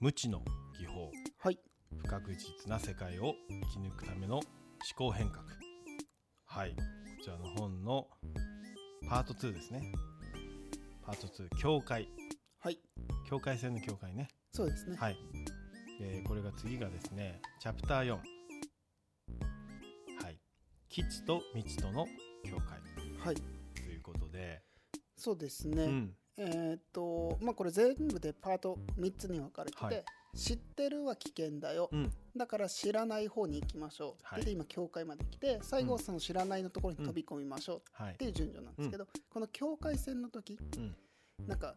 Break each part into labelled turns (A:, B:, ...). A: 無知の技法
B: はい。
A: 不確実な世界を生き抜くための思考変革はいこちらの本のパート2ですねパート2境界
B: はい。
A: 境界線の境界ね
B: そうですね。
A: はい、えーこれが次がですねチャプター4はい基地と未知との境界
B: はい。
A: ということで、
B: そうですね。
A: うん
B: えーっと、まあこれ全部でパート3つに分かれてて、
A: はい
B: 知ってるは危険だよ。
A: うん
B: だから知らない方に行きましょう。
A: はい
B: で今、境界まで来て、最後はその知らないのところに飛び込みましょう
A: はい
B: っていう順序なんですけど、この境界線の時、
A: うん
B: なんか、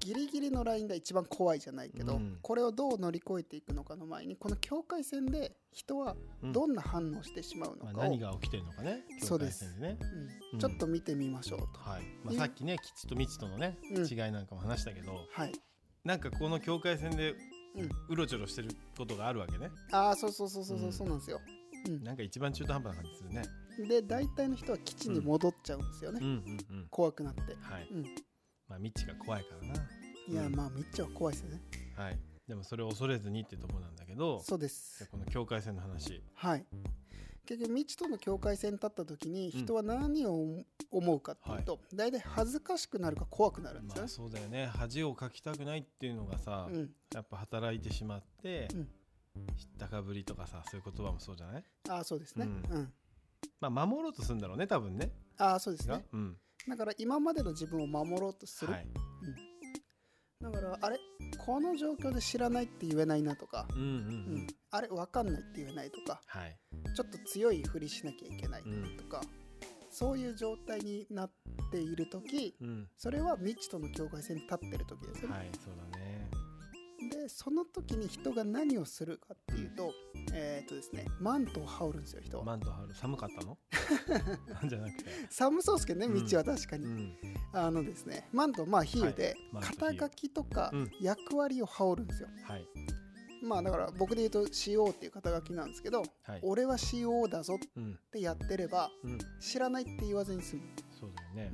B: ギリギリのラインが一番怖いじゃないけど、
A: うん
B: これをどう乗り越えていくのかの前にこの境界線で人はどんな反応してしまうの
A: まあ、
B: かを、
A: 何が起きてるのかね
B: そ
A: 境
B: うで
A: 界
B: す
A: 線でねう
B: うんん、ちょっと見てみましょうと。
A: はいまあ、さっきね基地と未知とのね、
B: うん
A: 違いなんかも話したけど
B: はい。
A: なんかこの境界線で
B: うん
A: うろちょろしてることがあるわけね
B: ああ、そうそうそうそう
A: う
B: そ
A: ん
B: うそうなんですよ。うん
A: なんか一番中途半端な感じするね
B: で、大体の人は基地に戻っちゃうんですよね。
A: うんうんうん
B: 怖くなって。
A: はい
B: うん。
A: まあ未知が怖いから
B: いや、
A: うん
B: まあ、めっちゃ怖いですよね。
A: なはいでもそれを恐れずにってとこなんだけど
B: そうで
A: じゃ
B: す
A: あ。この境界線の話
B: はい。結局、未知との境界線に立った時に、
A: うん
B: 人は何を思うかっていうと、大体恥ずかしくなるか怖くなるんで
A: ま
B: すよ
A: あ
B: ね。
A: そうだよね恥をかきたくないっていうのがさ、
B: うん。
A: やっぱ働いてしまって、
B: うん
A: 知ったかぶりとかさそういう言葉もそうじゃない
B: ああ、そうですね。
A: う
B: うんん。
A: まあ守ろうとするんだろうね多分ね
B: ああ、そうです
A: が
B: ね。
A: うん
B: だから、今までの自分を守ろうとする。
A: はい
B: だから、あれ、この状況で知らないって言えないなとか、
A: うんうんう
B: うんん、あれ、わかんないって言えないとか、
A: はい
B: ちょっと強いふりしなきゃいけない
A: うん
B: とか、そういう状態になっている時
A: うん
B: それは未知との境界線に立ってる時ですよね、
A: はいそうだね
B: でその時に人が何をするかっていうと、えっ、とですねマントを羽織るんですよ人は、
A: マント張る寒か ったのじゃなくて
B: 寒そうですけど
A: う
B: ね
A: ん
B: 道は確かに、
A: うん
B: あのですねマントまあ比喩で、
A: マント比喩
B: 肩書きとか
A: うん
B: 役割を羽織るんですよ、
A: はい
B: まあだから僕で言うと CO っていう肩書きなんですけど、
A: はい
B: 俺は CO だぞっ
A: うん
B: てやってれば
A: うん
B: 知らないって言わずに済む
A: そうだよね、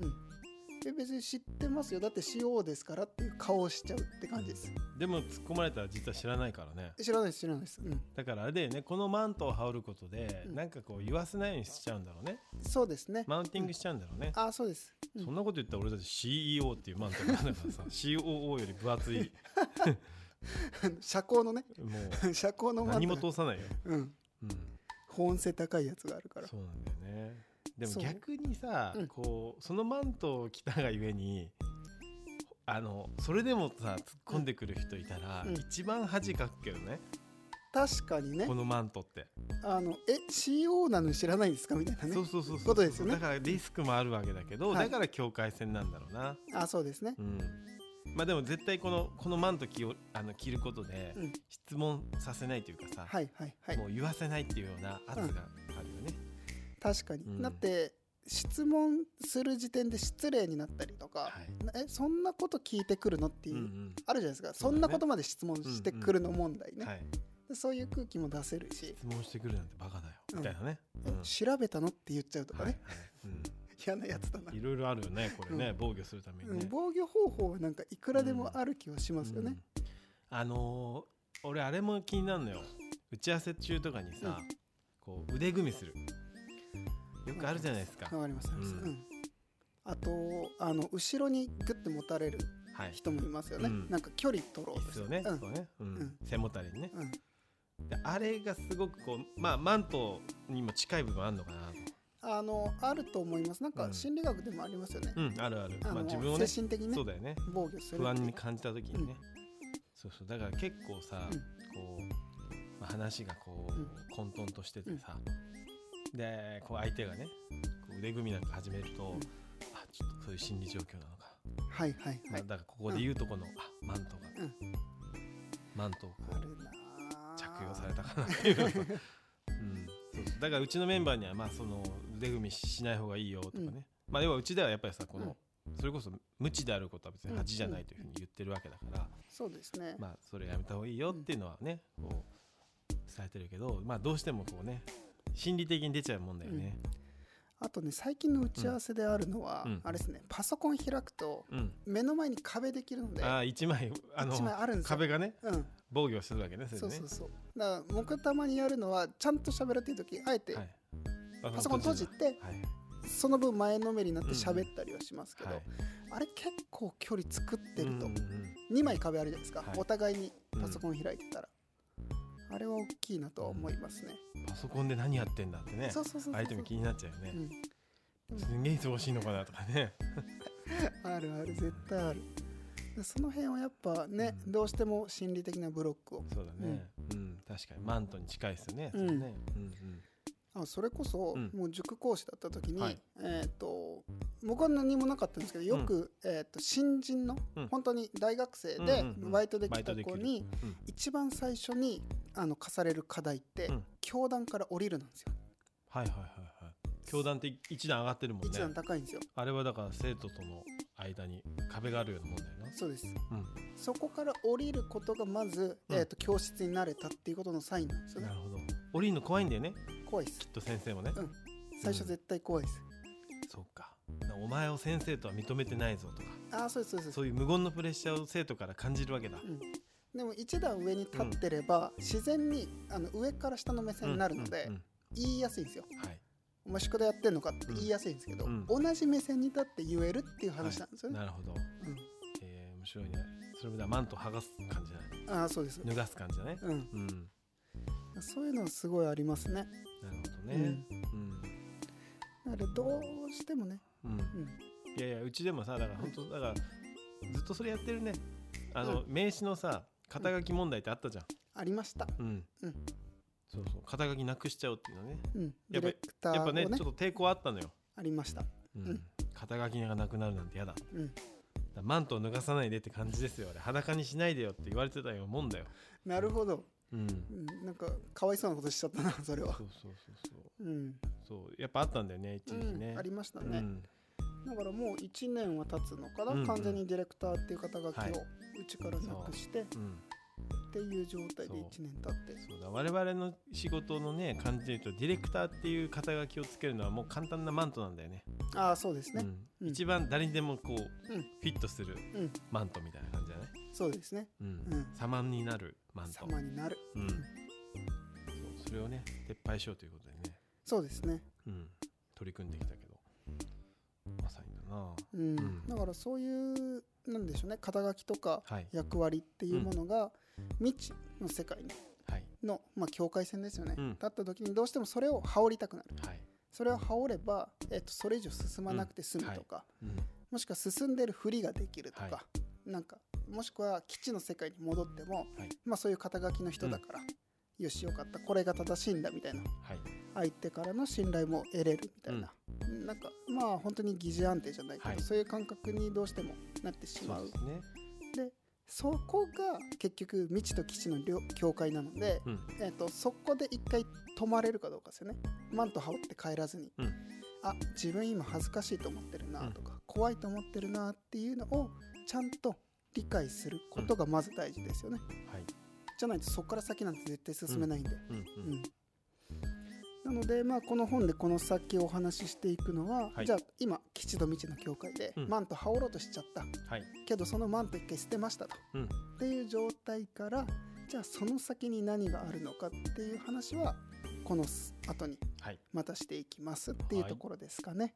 B: うん、で別に知ってますよだって CO ですからっていう顔をしちゃうって感じです、
A: でも突っ込まれたら実は知らないからね
B: 知らないです知らないです、うん、
A: だからあれだよねこのマントを羽織ることで、
B: うん
A: なんかこう言わせないようにしちゃうんだろうね
B: そうですね、
A: マウンティングしちゃうんだろうね、
B: あそうです、うん
A: そんなこと言ったら俺たち CEO っていうマントがあるからさ COO より分厚い
B: 社交のね
A: も
B: 社交の
A: う
B: マ
A: 何
B: ント
A: も
B: が
A: 通さないよ、
B: うん
A: うん、
B: 本性高いやつがあるから
A: そうなんだよねでも
B: そう
A: 逆にさ、
B: うん
A: こうそのマントを着たがゆえにあのそれでもさ突っ込んでくる人いたら、
B: うん
A: 一番恥かくけどね、
B: 確かにね
A: このマントって、
B: あのえ CO なのに知らないんですかみたいな
A: そう
B: ね
A: そうそうそう
B: ことですよね
A: だからリスクもあるわけだけど、
B: は
A: だ
B: い
A: から境界線なんだろうな
B: あそうですね
A: うんまあでも絶対このこのマント着をあの着ることで、
B: うん
A: 質問させないというかさ、
B: はいはいはい
A: もう言わせないっていうような圧があるよね、
B: 確かに、
A: うん
B: だって質問する時点で失礼になったりとか、
A: はい
B: えそんなこと聞いてくるのっていう、
A: うん
B: あるじゃないですか
A: そ
B: そ,、
A: うだね
B: んなことまで質問してくるの問題ね、
A: うんはい
B: でそういう空気も出せるし、
A: 質問してくるなんてバカだよ、みたいなね、
B: え
A: うん
B: 調べたのって言っちゃうとか
A: はい
B: ね、
A: うん
B: 嫌なやつだな、
A: いろいろあるよね、これね、
B: うん
A: 防御するために
B: う
A: ね
B: ん。防御方法はなんかいくらでもある気はしますよ
A: う
B: ね
A: ん、あのー俺あれも気になるのよ。打ち合わせ中とかにさ、こう腕組みする。よくあるじゃないですか。
B: わかりますわかります、
A: うん
B: うんあとあの後ろにグッて持たれる
A: はい。
B: 人もいますよね、
A: うん
B: なんか距離取ろうと
A: で
B: し
A: す
B: て
A: よね。
B: うん
A: そうね。う
B: うんん。
A: 背もたれにね。
B: うん
A: であれがすごくこう、まあマントにも近い部分あるのかなと。
B: あのあると思いますなん
A: う
B: か
A: ん
B: 心理学でもありますよね、
A: うん、あるある。
B: あの
A: まあ自分をね、
B: 精神的にね
A: そうだよね。
B: 防御する
A: 不安
B: っていう
A: に感じた時にね、そうそうだから結構さ、
B: うん
A: こう、まあ話がこう、
B: うん
A: 混沌としててさ、でこう相手がねこう腕組みなんか始めると、
B: うん
A: あちょっとそういう心理状況なのか、
B: はいはい
A: ま
B: は
A: あだ
B: い、
A: からここで言うとこの、あマントが、
B: うん
A: マントをこ
B: あ
A: う
B: るなあ
A: 着用されたかなっていうかさ、うん、そうそうだからうちのメンバーにはまあその腕組みしない方がいいよとかね、まあ要はうちではやっぱりさこの、それこそ無知であることは別に恥じゃないというふうに言ってるわけだから、
B: そうですね、
A: まあ、それやめた方がいいよっていうのはね、こう伝えてるけど、まあ、どうしてもこうね心理的に出ちゃうもんだよね。
B: あとね最近の打ち合わせであるのは、
A: うん
B: あれですねパソコン開くと
A: うん、
B: 目の前に壁できるので
A: ああ1枚あの
B: 一枚あるんですよ。
A: 壁がね
B: うん、
A: 防御するわけね
B: そう
A: れで
B: そ
A: ね
B: うそうだから僕たまにやるのはちゃんと喋るっていう時あえて
A: はい
B: パソコン閉じ
A: て
B: て
A: はい
B: その分前のめりになって喋ったりはしますけど、
A: はい
B: あれ結構距離作ってると
A: うんうんうん
B: 2枚壁あるじゃないですか、
A: はい
B: お互いにパソコン開いてたら、あれは大きいなとは思いますね、
A: パソコンで何やってんだってね
B: そうそうそうそう
A: 相手も気になっちゃうよ
B: う
A: ね
B: ん、うん
A: すんげえ忙しいのかなとかね
B: あるある絶対あるでその辺はやっぱね、
A: うん
B: どうしても心理的なブロックを
A: そうだねうん確かにマントに近いですよねそれねうん
B: あそれこそ、
A: うん
B: もう塾講師だった時に、
A: はい
B: えっ、と僕は何もなかったんですけどよく、えー、と新人の、
A: うん
B: 本当に大学生
A: うん
B: で
A: うんうん
B: バイト
A: う
B: で
A: んバ
B: き
A: イ
B: た
A: トでき
B: 子
A: る
B: に
A: うん
B: 一番最初にあの課される課題って、
A: うん
B: 教団から降りるなんですよ
A: はいはいはいはい教団って一段上がってるもん
B: 一
A: ね
B: 段高いんですよ
A: あれはだから生徒との間に壁があるようなもんだよな
B: そうです
A: う
B: そこから降りることがまず、
A: うん
B: えー、と教室に慣れたっていうことのサインなんですよ
A: ん
B: ね
A: なるほど降りるの怖いんだよね
B: 怖いです
A: きっと先生もね
B: うん最初絶対怖いです、
A: そうかお前を先生とは認めてないぞとか
B: ああそうですそうです
A: そういう無言のプレッシャーを生徒から感じるわけだ
B: うんでも一段上に立ってれば、自然にあの上から下の目線になるので、
A: うんうん
B: 言いやすいんですよ
A: うんはい
B: 「お前宿題やってんのか?」って言いやすいんですけど、
A: うん
B: 同じ目線に立って言えるっていう話なんですよね、
A: なるほどえー面白いねそれもだマント剥がす感じだね
B: うん、ああそうです、
A: 脱がす感じだね
B: うん、
A: うん
B: そういうのはすごいありますね
A: なるほどねうん
B: だからどうしてもね、
A: うん
B: うん、
A: いやいやうちでもさだから本当だからずっとそれやってるねあの、名刺のさ肩書き問題ってあったじゃん
B: ありました、
A: うん、
B: うん
A: そうそう肩書きなくしちゃうっていうのね
B: うん、デ
A: やっ
B: ィ
A: ぱ
B: レクタ
A: や
B: ー
A: っ
B: を
A: ぱ
B: ね
A: ねちょっと抵抗はあったのよ、
B: ありました、
A: うん
B: うん
A: 肩書きがなくなるなんて嫌だだか
B: うん、
A: らマントを脱がさないでって感じですよあれ裸にしないでよって言われてたようなもんだよ、
B: なるほど、
A: うん、
B: うん、なんかかわいそうなことしちゃったな それは
A: そうそうそうそう
B: うん、
A: そうやっぱあったんだよね一
B: う
A: 時期ね、
B: ん、ありました
A: う
B: ね、
A: ん
B: だからもう1年は経つのかな、
A: うんうん
B: 完全にディレクターっていう肩書きを
A: はいう
B: ちからなくしてっ
A: うん
B: ていう状態で1年経って
A: そうだ我々の仕事のね感じで言うとディレクターっていう肩書きをつけるのはもう簡単なマントなんだよね
B: ああそうですね、
A: うん
B: うん
A: 一番誰にでもこう、
B: うん
A: フィットする
B: うん
A: マントみたいな感じじゃない、
B: そうですね
A: うん
B: うん
A: 様になるマント、
B: 様になる
A: うん、そうそれをね撤廃しようということでね、
B: そうですね
A: うん、取り組んできたけどまさにだな
B: うん、
A: ん
B: だからそういうなんでしょうね肩書きとか
A: はい
B: 役割っていうものが未知の世界に
A: はい
B: の、まあ、境界線ですよね、
A: うん
B: 立った時にどうしてもそれを羽織りたくなる
A: はい、
B: それを羽織れば、えっと、それ以上進まなくて済むとか、
A: うん
B: もしくは進んでるふりができるとか、
A: は
B: なんかもしくは基地の世界に戻っても、
A: はい
B: まあ、そういう肩書きの人だから、よしよかったこれが正しいんだみたいな
A: はい
B: 相手からの信頼も得れるみたいな、なんかまあ本当に疑似安定じゃないけど、
A: はい
B: そういう感覚にどうしてもなってしま
A: そう
B: う
A: ですね
B: そこが結局未知と基地の両境界なので、
A: うん
B: えっとそこで一回止まれるかどうかですよねマント羽織って帰らずに、
A: うん
B: あ自分今恥ずかしいと思ってるなとか、怖いと思ってるなっていうのをちゃんと理解することがまず大事ですよね、
A: はい
B: じゃないとそこから先なんて絶対進めないんで、
A: うん
B: う
A: うん
B: んなので、まあ、この本でこの先お話ししていくのは、
A: はい
B: じゃあ今基地と未知の境界で、
A: うん
B: マント羽織ろうとしちゃった
A: はい
B: けどそのマント一回捨てましたと、
A: うん
B: っていう状態からじゃあその先に何があるのかっていう話はこの後に
A: はい
B: またしていきますっていうところですかね。